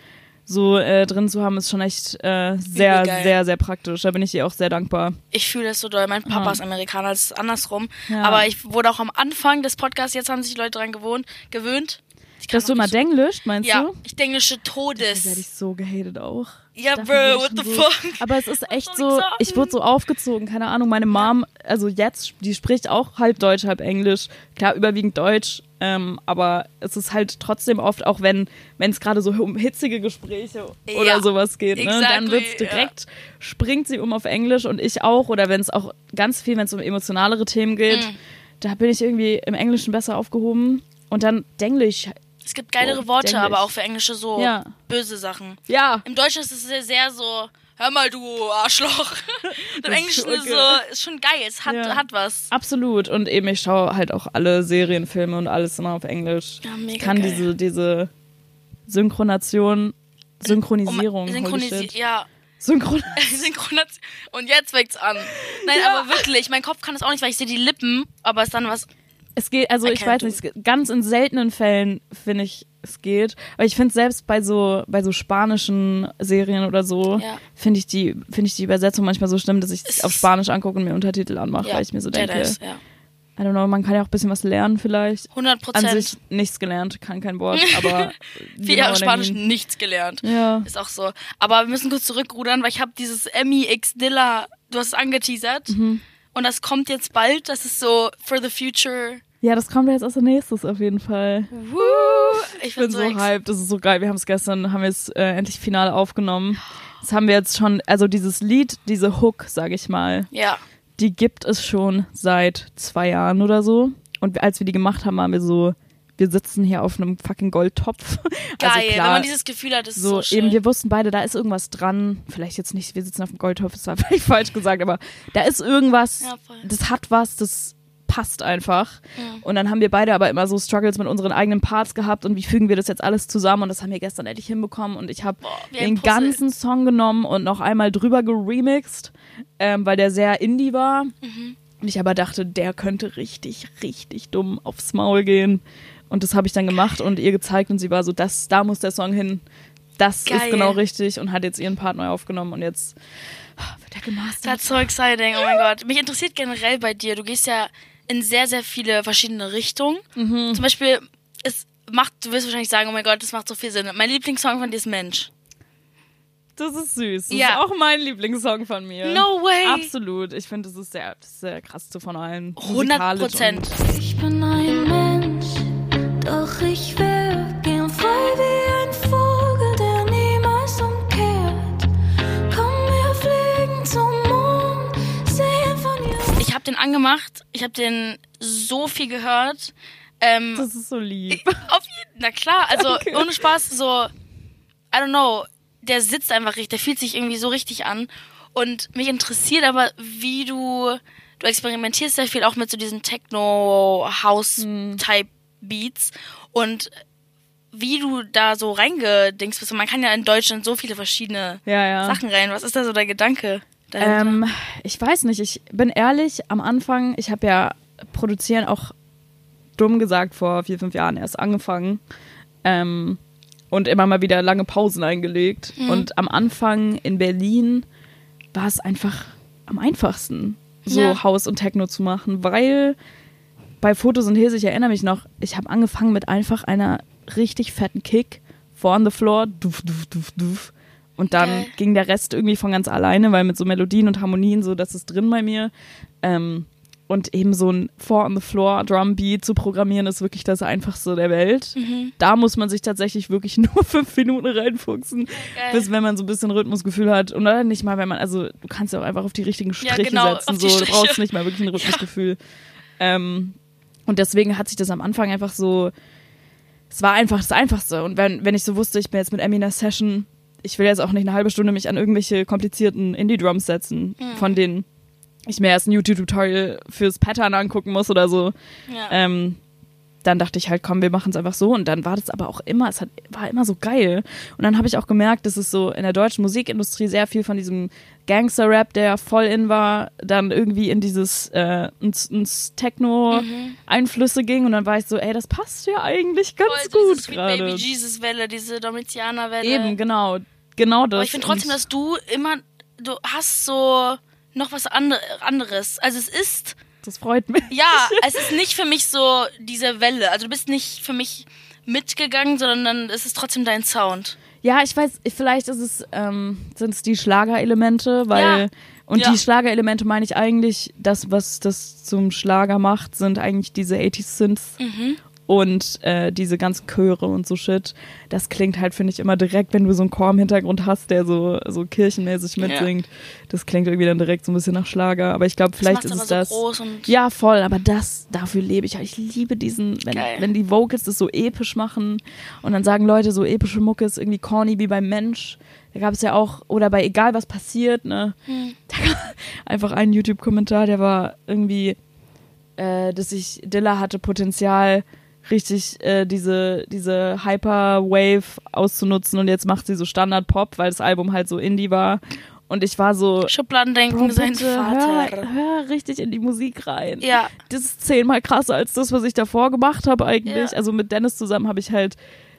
S3: so äh, drin zu haben, ist schon echt äh, sehr,
S1: geil.
S3: sehr, sehr praktisch. Da bin ich ihr auch sehr dankbar.
S1: Ich fühle das so doll. Mein Papa ist Amerikaner, das ist andersrum.
S3: Ja.
S1: Aber ich wurde auch am Anfang des Podcasts, jetzt haben sich die Leute dran gewohnt, gewöhnt. Ich kann
S3: Dass du
S1: noch
S3: immer
S1: nicht so-
S3: Denglisch, meinst
S1: Ja,
S3: du?
S1: ich denglische
S3: Da hätte
S1: Todes.
S3: ich so gehatet auch.
S1: Ja,
S3: Davon
S1: bro, what the
S3: wurde ich schon so,
S1: fuck?
S3: Aber es ist echt
S1: soll
S3: so,
S1: ich
S3: ich wurde so aufgezogen, keine Ahnung. Meine Mom, also jetzt, die spricht auch halb Deutsch, halb Englisch. Klar, überwiegend Deutsch, ähm, aber es ist halt trotzdem oft, auch wenn wenn es gerade so um hitzige Gespräche oder
S1: Ja,
S3: sowas geht, ne, dann
S1: exactly,
S3: wird's
S1: ja.
S3: direkt, springt sie um auf Englisch und ich auch. Oder wenn es auch ganz viel, wenn es um emotionalere Themen geht,
S1: Mhm.
S3: da bin ich irgendwie im Englischen besser aufgehoben. Und dann Denglisch,
S1: Es gibt geilere
S3: Oh,
S1: Worte,
S3: Denglisch.
S1: aber auch für Englische so
S3: Ja.
S1: böse Sachen.
S3: ja,
S1: Im Deutschen ist es sehr, sehr so, hör mal, du
S3: (laughs)
S1: Arschloch. Und Im
S3: ist
S1: Englischen
S3: schon
S1: ist so,
S3: okay.
S1: ist schon geil, es hat,
S3: Ja.
S1: hat was.
S3: Absolut. Und eben, ich schaue halt auch alle Serien, Filme und alles immer auf Englisch.
S1: Ja, Ah, mega
S3: ich kann
S1: geil.
S3: diese, diese Synchronation, Synchronisierung.
S1: synchronisiert.
S3: Synchronisieren.
S1: Um Ja, (laughs)
S3: Synchron
S1: Synchronation. Und jetzt fängt's an. Nein, aber wirklich, mein Kopf kann das auch nicht, weil ich sehe die Lippen, aber es ist dann was.
S3: es geht, also
S1: I
S3: ich
S1: can't
S3: weiß
S1: do
S3: nicht, es geht- ganz in seltenen Fällen finde ich, es geht. Aber ich finde selbst bei so, bei so spanischen Serien oder so,
S1: Ja.
S3: finde ich, die- finde ich die Übersetzung manchmal so schlimm, dass ich
S1: Es
S3: auf
S1: ist-
S3: Spanisch angucke und mir Untertitel anmache, weil ich mir so denke,
S1: Jedi's, ja.
S3: I don't know, man kann ja auch ein bisschen was lernen vielleicht.
S1: 100
S3: An
S1: Prozent.
S3: sich nichts gelernt, kann kein Wort,
S1: (laughs)
S3: aber
S1: Vier Jahre Spanisch nichts gelernt.
S3: Ja.
S1: Ist auch so. Aber wir müssen kurz zurückrudern, weil ich habe dieses Emmy X Dilla, du hast es angeteasert.
S3: Mhm.
S1: Und das kommt jetzt bald. Das ist so for the future.
S3: Ja, das kommt jetzt als nächstes auf jeden Fall.
S1: Ich
S3: Ich bin
S1: bin,
S3: so
S1: ex-
S3: hyped, das ist so geil. Wir haben es gestern, haben wir es äh, endlich final aufgenommen. Das haben wir jetzt schon, also dieses Lied, diese Hook, sage ich mal,
S1: Ja.
S3: die gibt es schon seit zwei Jahren oder so. Und Und als wir die gemacht haben, waren wir so, wir sitzen hier auf einem fucking Goldtopf. (laughs)
S1: Geil,
S3: also klar,
S1: wenn man dieses Gefühl hat, ist
S3: so,
S1: so, so schön.
S3: eben, wir wussten beide, da ist irgendwas dran. Vielleicht jetzt nicht, wir sitzen auf dem Goldtopf, das war (laughs) vielleicht falsch gesagt, aber da ist irgendwas,
S1: Ja, voll.
S3: das hat was, das passt einfach. Und dann haben wir beide aber immer so Struggles mit unseren eigenen Parts gehabt und wie fügen wir das jetzt alles zusammen und das haben wir gestern endlich hinbekommen und ich habe
S1: wie ein
S3: den
S1: Puzzle.
S3: ganzen Song genommen und noch einmal drüber geremixed, ähm, weil der sehr indie war. Und ich aber dachte, der könnte richtig, richtig dumm aufs Maul gehen. Und das habe ich dann gemacht und ihr gezeigt und sie war so, das, da muss der Song hin. Das
S1: Geil.
S3: ist genau richtig und hat jetzt ihren Part neu aufgenommen und jetzt ah, wird er gemastert.
S1: That's so exciting, oh mein Gott. Mich interessiert generell bei dir, du gehst ja in sehr, sehr viele verschiedene Richtungen.
S3: Mhm.
S1: Zum Beispiel, es macht, du wirst wahrscheinlich sagen, oh mein Gott, das macht so viel Sinn. Mein Lieblingssong von dir ist Mensch.
S3: Das ist süß. Das
S1: Ja.
S3: ist auch mein Lieblingssong von mir.
S1: No way.
S3: Absolut. Ich finde, das ist der, das ist der krasseste von allen.
S1: 100 Prozent.
S3: Musikalisch
S2: Ich bin ein Mensch, doch ich wirke gern frei wie ein Vogel, der niemals umkehrt. Komm, wir fliegen zum Mond, sehen von hier aus.
S1: Ich habe den angemacht, ich habe den so viel gehört. Ähm,
S3: und- Das ist so lieb.
S1: (laughs) Auf jeden, na klar, also
S3: (laughs) Danke.
S1: ohne Spaß, so, I don't know, der sitzt einfach richtig, der fühlt sich irgendwie so richtig an. Und mich interessiert aber, wie du, du experimentierst sehr viel auch mit so diesen Techno-House-Type-Beats und wie du da so reingedingst bist. Und man kann ja in Deutschland so viele verschiedene
S3: Ja, ja.
S1: Sachen rein. Was ist da so der Gedanke? dahinter?
S3: Ähm, ich weiß nicht, ich bin ehrlich, am Anfang, ich habe ja produzieren auch dumm gesagt vor vier, fünf Jahren erst angefangen ähm, und immer mal wieder lange Pausen eingelegt. Und am Anfang in Berlin war es einfach am einfachsten, so
S1: Ja.
S3: Haus und Techno zu machen, weil bei Photosynthese, ich erinnere mich noch, ich habe angefangen mit einfach einer richtig fetten Kick, vor on the floor, duf, duf, duf, duf. Und dann
S1: Geil.
S3: ging der Rest irgendwie von ganz alleine, weil mit so Melodien und Harmonien, so, das ist drin bei mir. Ähm, und eben so ein Four on the Floor Drum Beat zu programmieren, ist wirklich das einfachste der Welt.
S1: Mhm.
S3: Da muss man sich tatsächlich wirklich (laughs) nur fünf Minuten reinfuchsen, bis wenn man so ein bisschen Rhythmusgefühl hat. Und dann nicht mal, wenn man, also du kannst ja auch einfach auf die richtigen Striche
S1: genau,
S3: setzen.
S1: auf die
S3: So, du
S1: Striche.
S3: brauchst nicht mal wirklich
S1: (laughs)
S3: ein Rhythmusgefühl. Ähm, und deswegen hat sich das am Anfang einfach so. Es war einfach das Einfachste. Und wenn, wenn ich so wusste, ich bin jetzt mit Emmy in einer Session, ich will jetzt auch nicht eine halbe Stunde mich an irgendwelche komplizierten Indie-Drums setzen,
S1: Mhm.
S3: von denen ich mir erst ein YouTube-Tutorial fürs Pattern angucken muss oder so.
S1: ja.
S3: Ähm, dann dachte ich halt, komm, wir machen es einfach so. Und dann war das aber auch immer, es hat, war immer so geil. Und dann habe ich auch gemerkt, dass es so in der deutschen Musikindustrie sehr viel von diesem Gangster-Rap, der voll in war, dann irgendwie in dieses äh, ins, ins Techno-Einflüsse ging. Und dann war ich so, ey, das passt ja eigentlich ganz
S1: Mhm. Voll so diese
S3: gut
S1: Sweet Baby
S3: gerade.
S1: Jesus Welle, diese Domitianer Welle.
S3: Eben, genau. Genau das.
S1: Aber ich finde trotzdem,
S3: Und-
S1: dass du immer, du hast so noch was andre, anderes. Also es ist,
S3: das freut mich. (laughs)
S1: ja, es ist nicht für mich so diese Welle. Also du bist nicht für mich mitgegangen, sondern dann ist es trotzdem dein Sound.
S3: Ja, ich weiß, vielleicht ist es, ähm, sind es die Schlagerelemente, weil.
S1: Ja.
S3: Und
S1: Ja.
S3: die Schlagerelemente meine ich eigentlich, das, was das zum Schlager macht, sind eigentlich diese 80s Synths
S1: Mhm.
S3: und äh, diese ganzen Chöre und so Shit. Das klingt halt, finde ich, immer direkt, wenn du so einen Chor im Hintergrund hast, der so, so kirchenmäßig mitsingt. Das klingt irgendwie dann direkt so ein bisschen nach Schlager. Aber ich glaube, vielleicht
S1: das
S3: ist
S1: macht's
S3: es
S1: aber
S3: das.
S1: so groß und
S3: Ja, voll, aber das, dafür lebe ich. Ich liebe diesen, wenn,
S1: Geil.
S3: wenn die Vocals das so episch machen und dann sagen Leute, so epische Mucke ist irgendwie corny wie beim Mensch. Da gab es ja auch, oder bei egal was passiert, ne?
S1: Hm.
S3: (laughs) Da gab einfach einen YouTube-Kommentar, der war irgendwie, äh, dass ich, Dilla hatte Potenzial, richtig äh, diese, diese Hyperwave auszunutzen und jetzt macht sie so Standard-Pop, weil das Album halt so Indie war. Und ich war so,
S1: Schubladendenken, sein
S3: bitte,
S1: Vater.
S3: Hör, hör richtig in die Musik rein.
S1: Ja.
S3: Das ist zehnmal krasser als das, was ich davor gemacht habe eigentlich.
S1: Ja.
S3: Also mit Dennis zusammen habe ich halt,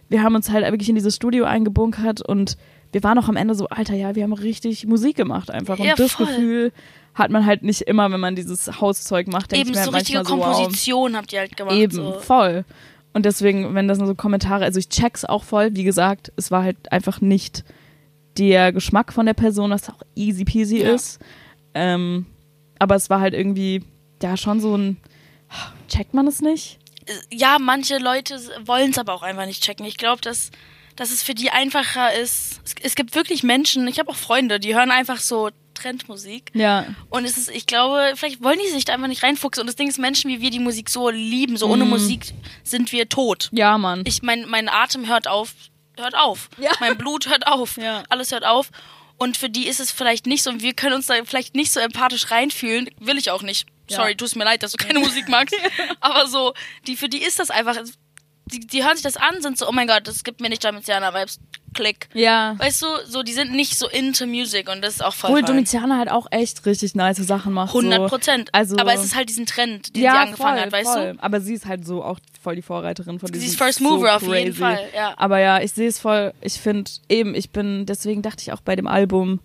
S3: wir haben uns halt wirklich in dieses Studio eingebunkert und wir waren auch am Ende so, Alter, ja, wir haben richtig Musik gemacht einfach. Und
S1: Ja,
S3: das
S1: voll.
S3: Gefühl hat man halt nicht immer, wenn man dieses Hauszeug macht. Denk
S1: Eben
S3: ich mir
S1: so
S3: halt
S1: richtige
S3: manchmal so, wow.
S1: Komposition habt ihr halt gemacht.
S3: Eben,
S1: So.
S3: voll. Und deswegen, wenn das nur so Kommentare, also ich check's auch voll, wie gesagt, es war halt einfach nicht der Geschmack von der Person, was auch easy peasy
S1: Ja.
S3: ist. Ähm, aber es war halt irgendwie, ja, schon so ein, checkt man es nicht?
S1: Ja, manche Leute wollen es aber auch einfach nicht checken. Ich glaube, dass, dass es für die einfacher ist. Es, es gibt wirklich Menschen, ich habe auch Freunde, die hören einfach so Trendmusik.
S3: Ja.
S1: Und es ist, ich glaube, vielleicht wollen die sich da einfach nicht reinfuchsen. Und das Ding ist, Menschen wie wir die Musik so lieben, so ohne
S3: Mhm.
S1: Musik sind wir tot.
S3: Ja, Mann.
S1: Ich mein, mein Atem hört auf, hört auf.
S3: Ja.
S1: Mein Blut hört auf.
S3: Ja.
S1: Alles hört auf. Und für die ist es vielleicht nicht so, und wir können uns da vielleicht nicht so empathisch reinfühlen. Will ich auch nicht.
S3: Ja.
S1: Sorry, tut mir leid, dass du keine Musik
S3: (laughs)
S1: magst. Aber so, die, für die ist das einfach, die, die hören sich das an, sind so, oh mein Gott, das gibt mir nicht Domitianer-Vibes. Klick.
S3: ja.
S1: Weißt du, so, die sind nicht so into Music und das ist auch voll
S3: Obwohl
S1: fein.
S3: Domitiana halt auch echt richtig nice Sachen macht.
S1: 100 Prozent.
S3: So. Also,
S1: aber es ist halt diesen Trend, den
S3: ja,
S1: sie angefangen
S3: voll,
S1: hat, weißt
S3: voll. du? Aber sie ist halt so auch voll die Vorreiterin von
S1: Sie
S3: diesem.
S1: ist First
S3: so
S1: Mover auf
S3: crazy.
S1: jeden Fall, ja.
S3: Aber ja, ich sehe es voll. Ich finde eben, ich bin, deswegen dachte ich auch bei dem Album,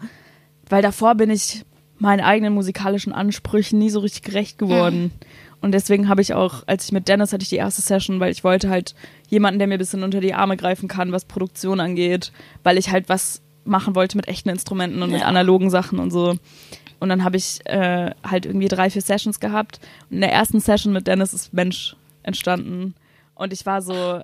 S3: weil davor bin ich meinen eigenen musikalischen Ansprüchen nie so richtig gerecht geworden.
S1: Mhm.
S3: Und deswegen habe ich auch, als ich mit Dennis hatte ich die erste Session, weil ich wollte halt jemanden, der mir ein bisschen unter die Arme greifen kann, was Produktion angeht, weil ich halt was machen wollte mit echten Instrumenten und mit
S1: Ja.
S3: analogen Sachen und so. Und dann habe ich äh, halt irgendwie drei, vier Sessions gehabt. Und in der ersten Session mit Dennis ist Mensch entstanden. Und ich war so,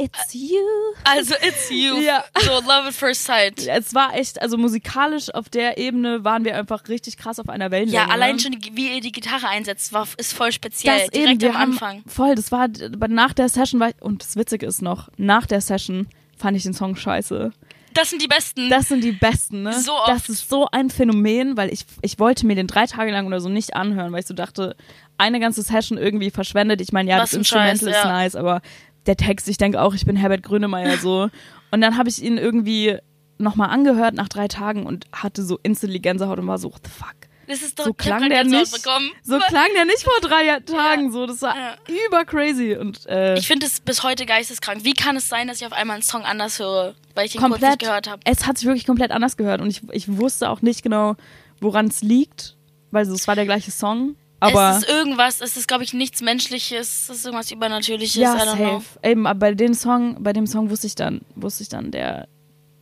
S3: it's you.
S1: du? Also, it's you.
S3: Ja.
S1: So, love at first sight. Ja,
S3: Es war echt, also musikalisch auf der Ebene waren wir einfach richtig krass auf einer Wellenlänge. ne?
S1: allein schon, die- wie ihr die Gitarre einsetzt, war, ist voll speziell.
S3: genau. das
S1: direkt
S3: eben, wir
S1: am
S3: haben,
S1: Anfang.
S3: Voll, das war, aber nach der Session war ich, und das Witzige ist noch, nach der Session fand ich den Song scheiße.
S1: Das sind die besten.
S3: Das sind die besten, ne?
S1: So oft.
S3: Das ist so ein Phänomen, weil ich, ich wollte mir den drei Tage lang oder so nicht anhören, weil ich so dachte, eine ganze Session irgendwie verschwendet. Ich meine, ja,
S1: Was
S3: das
S1: ein
S3: Instrumental
S1: Scheiß,
S3: ist
S1: ja.
S3: nice, aber der Text, ich denke auch, ich bin Herbert Grönemeyer so. Und dann habe ich ihn irgendwie nochmal angehört nach drei Tagen und hatte so instantly Gänsehaut und war so, what the fuck?
S1: Das ist doch
S3: So
S1: ich hab grad
S3: klang der
S1: Gänsehaut
S3: nicht.
S1: Bekommen.
S3: So klang der nicht vor drei Ja- Tagen. So, das war
S1: Ja.
S3: über crazy. Und äh,
S1: Ich finde es bis heute geisteskrank. Wie kann es sein, dass ich auf einmal einen Song anders höre, weil ich ihn kurz nicht
S3: komplett,
S1: gehört habe?
S3: es hat sich wirklich komplett anders gehört. Und ich, ich wusste auch nicht genau, woran es liegt, weil so, es war der gleiche Song. Aber
S1: es ist irgendwas, es ist, glaube ich, nichts Menschliches, es ist irgendwas Übernatürliches,
S3: ja,
S1: I don't know.
S3: safe. Eben, aber bei dem Song, bei dem Song wusste ich dann, wusste ich dann, der,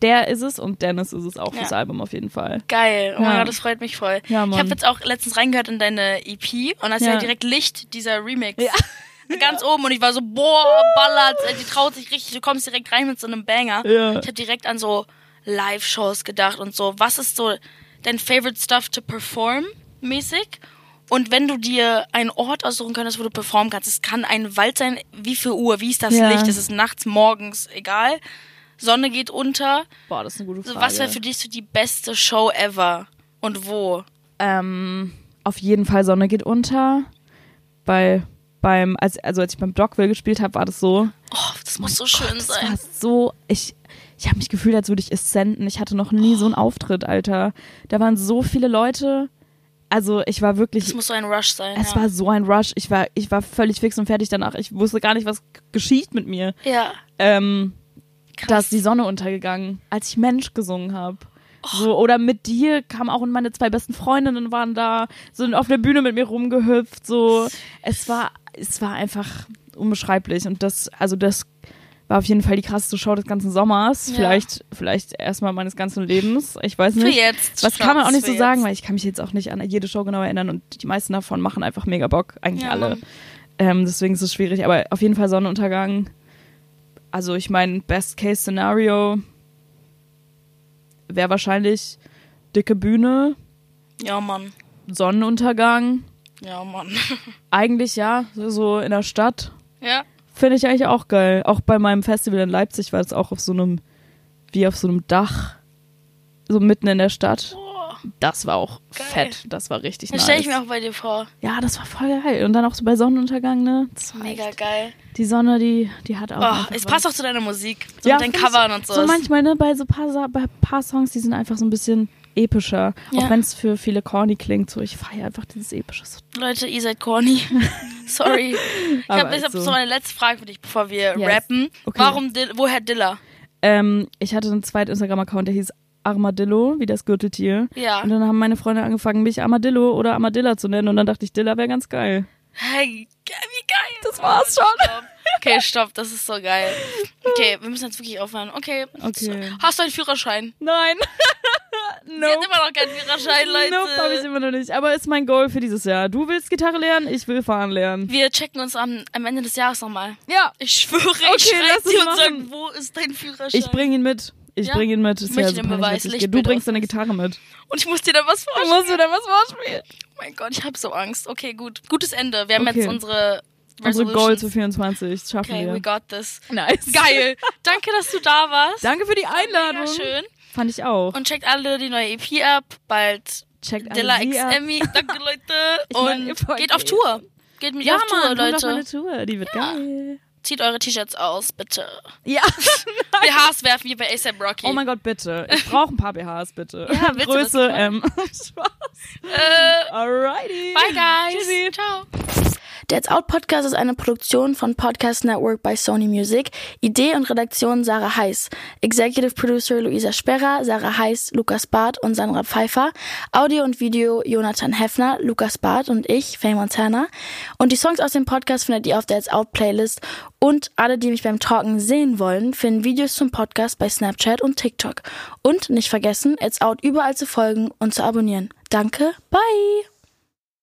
S3: der ist es und Dennis ist es auch
S1: Ja.
S3: fürs Album auf jeden Fall.
S1: Geil. Oh mein
S3: Ja.
S1: Gott, das freut mich voll.
S3: Ja,
S1: ich
S3: Mann.
S1: habe jetzt auch letztens reingehört in deine EP und da ist ja
S3: Ja.
S1: direkt Licht, dieser Remix.
S3: Ja.
S1: (laughs) Ganz oben und ich war so, boah, ballert, äh, die traut sich richtig, du kommst direkt rein mit so einem Banger.
S3: Ja.
S1: Ich habe direkt an so Live-Shows gedacht und so, was ist so dein favorite stuff to perform mäßig? Und wenn du dir einen Ort aussuchen könntest, wo du performen kannst, es kann ein Wald sein, wie viel Uhr, wie ist das
S3: Ja.
S1: Licht, es ist nachts, morgens, egal. Sonne geht unter,
S3: Boah, das ist eine gute
S1: so,
S3: Frage.
S1: was wäre für dich so die beste Show ever? Und wo?
S3: Ähm, auf jeden Fall Sonne geht unter. Bei, beim, als, also als ich beim Dogville gespielt habe, war das so.
S1: Oh, das muss so
S3: Gott,
S1: schön
S3: das
S1: sein.
S3: War so, ich, ich habe mich gefühlt, als würde ich es senden. Ich hatte noch nie so einen Auftritt, Alter. Da waren so viele Leute. Also ich war wirklich,
S1: Das muss so ein Rush sein.
S3: es
S1: ja.
S3: war so ein Rush. Ich war, ich war völlig fix und fertig danach. Ich wusste gar nicht, was g- geschieht mit mir.
S1: ja.
S3: Ähm, da
S1: Krass.
S3: ist die Sonne untergegangen, als ich Mensch gesungen habe. So, oder mit dir kamen auch meine zwei besten Freundinnen waren da, sind auf der Bühne mit mir rumgehüpft. So, es war, es war einfach unbeschreiblich. Und das, also das war auf jeden Fall die krasseste Show des ganzen Sommers.
S1: Ja.
S3: Vielleicht, vielleicht erstmal meines ganzen Lebens. Ich weiß
S1: für
S3: nicht.
S1: jetzt.
S3: Was kann man auch
S1: Schatz,
S3: nicht so
S1: für
S3: sagen,
S1: jetzt.
S3: weil ich kann mich jetzt auch nicht an jede Show genau erinnern und die meisten davon machen einfach mega Bock, eigentlich
S1: Ja,
S3: alle.
S1: Mann.
S3: Ähm, deswegen ist es schwierig, aber auf jeden Fall Sonnenuntergang. Also ich meine, Best-Case-Szenario wäre wahrscheinlich dicke Bühne,
S1: Ja, Mann.
S3: Sonnenuntergang.
S1: Ja, Mann. (laughs)
S3: Eigentlich ja, so- so in der Stadt.
S1: ja.
S3: Finde ich eigentlich auch geil. Auch bei meinem Festival in Leipzig war es auch auf so einem, wie auf so einem Dach, so mitten in der Stadt.
S1: Boah.
S3: Das war auch
S1: Geil.
S3: fett. Das war richtig
S1: Das
S3: nice.
S1: stelle ich mir auch bei dir vor.
S3: Ja, das war voll geil. Und dann auch so bei Sonnenuntergang, ne? Das war
S1: Mega
S3: echt-
S1: geil.
S3: Die Sonne, die, die hat auch.
S1: Oh,
S3: einfach
S1: es
S3: was.
S1: passt auch zu deiner Musik. So mit deinen
S3: find ich
S1: Covern und so.
S3: So manchmal, ne? Bei so paar, Sa- bei paar Songs, die sind einfach so ein bisschen epischer.
S1: Ja.
S3: Auch wenn es für viele corny klingt. So, ich feiere einfach dieses epische. So.
S1: Leute, ihr seid corny.
S3: (laughs)
S1: Sorry. Ich
S3: Aber
S1: habe hab
S3: also-
S1: so meine letzte Frage für dich, bevor wir
S3: Yes.
S1: rappen.
S3: Okay.
S1: Warum, Dil- woher Dilla?
S3: Ähm, ich hatte einen zweiten Instagram-Account, der hieß Armadillo, wie das Gürteltier.
S1: Ja.
S3: Und dann haben meine Freunde angefangen, mich Armadillo oder Armadilla zu nennen. Und dann dachte ich, Dilla wäre ganz geil.
S1: Hey, ge- wie geil.
S3: Das war's schon.
S1: Stopp. Okay, stopp, das ist so geil. Okay, wir müssen jetzt wirklich aufhören. Okay.
S3: Okay.
S1: Hast du einen Führerschein?
S3: Nein.
S1: (laughs) Sie
S3: nope.
S1: hat immer noch keinen Führerschein, Leute.
S3: Nope, hab ich immer noch nicht. Aber ist mein Goal für dieses Jahr. Du willst Gitarre lernen, ich will fahren lernen.
S1: wir checken uns am, am Ende des Jahres nochmal.
S3: Ja.
S1: Ich schwöre,
S3: Okay,
S1: ich schreibe
S3: lass es
S1: dir und
S3: machen.
S1: sage, wo ist dein Führerschein?
S3: Ich bring ihn mit. Ich
S1: Ja.
S3: bring ihn mit. Ist ja
S1: Möchte den
S3: super
S1: Beweis,
S3: nicht witzig.
S1: Lichtbild
S3: Du bringst deine
S1: ausweisen.
S3: Gitarre mit.
S1: Und ich muss dir da was
S3: Du
S1: vorstellen.
S3: musst wieder was vorspielen.
S1: Oh mein Gott, ich habe so Angst. Okay, gut. Gutes Ende. Wir haben
S3: Okay.
S1: jetzt unsere
S3: Unsere
S1: Resolutions.
S3: Goals für 24. Das schaffen
S1: Okay, we
S3: wir.
S1: got this.
S3: Nice.
S1: Geil. Danke, dass du da warst.
S3: (laughs) Danke für die Einladung.
S1: Mega schön.
S3: Fand ich auch.
S1: Und checkt alle die neue EP ab. Bald
S3: Checkt alle
S1: Dilla
S3: sie
S1: X
S3: ab.
S1: Emmy. Danke, Leute.
S3: (laughs) Ich meine, ihr
S1: Und
S3: wollt
S1: geht auf
S3: eh-
S1: Tour. Geht mit
S3: Ja,
S1: auf Tour,
S3: Mann, kommt auf meine
S1: Leute.
S3: Tour. Die
S1: (laughs)
S3: wird geil.
S1: Zieht eure T-Shirts aus, bitte.
S3: Ja.
S1: BHs werfen wie bei ASAP Rocky.
S3: Oh mein Gott, bitte. Ich brauche ein paar BHs, bitte.
S1: Ja, bitte, das
S3: Größe
S1: ist (laughs)
S3: M. Spaß.
S1: äh,
S3: Alrighty.
S1: Bye, guys.
S3: Tschüssi.
S1: Ciao. Dad's Out Podcast ist eine Produktion von Podcast Network bei Sony Music. Idee und Redaktion Sarah Heiß. Executive Producer Luisa Sperrer, Sarah Heiß, Lukas Barth und Sandra Pfeiffer. Audio und Video Jonathan Heffner, Lukas Barth und ich, Faye Montana. Und die Songs aus dem Podcast findet ihr auf der Dad's Out Playlist. Und alle, die mich beim Talken sehen wollen, finden Videos zum Podcast bei Snapchat und TikTok. Und nicht vergessen, It's Out überall zu folgen und zu abonnieren. Danke, bye!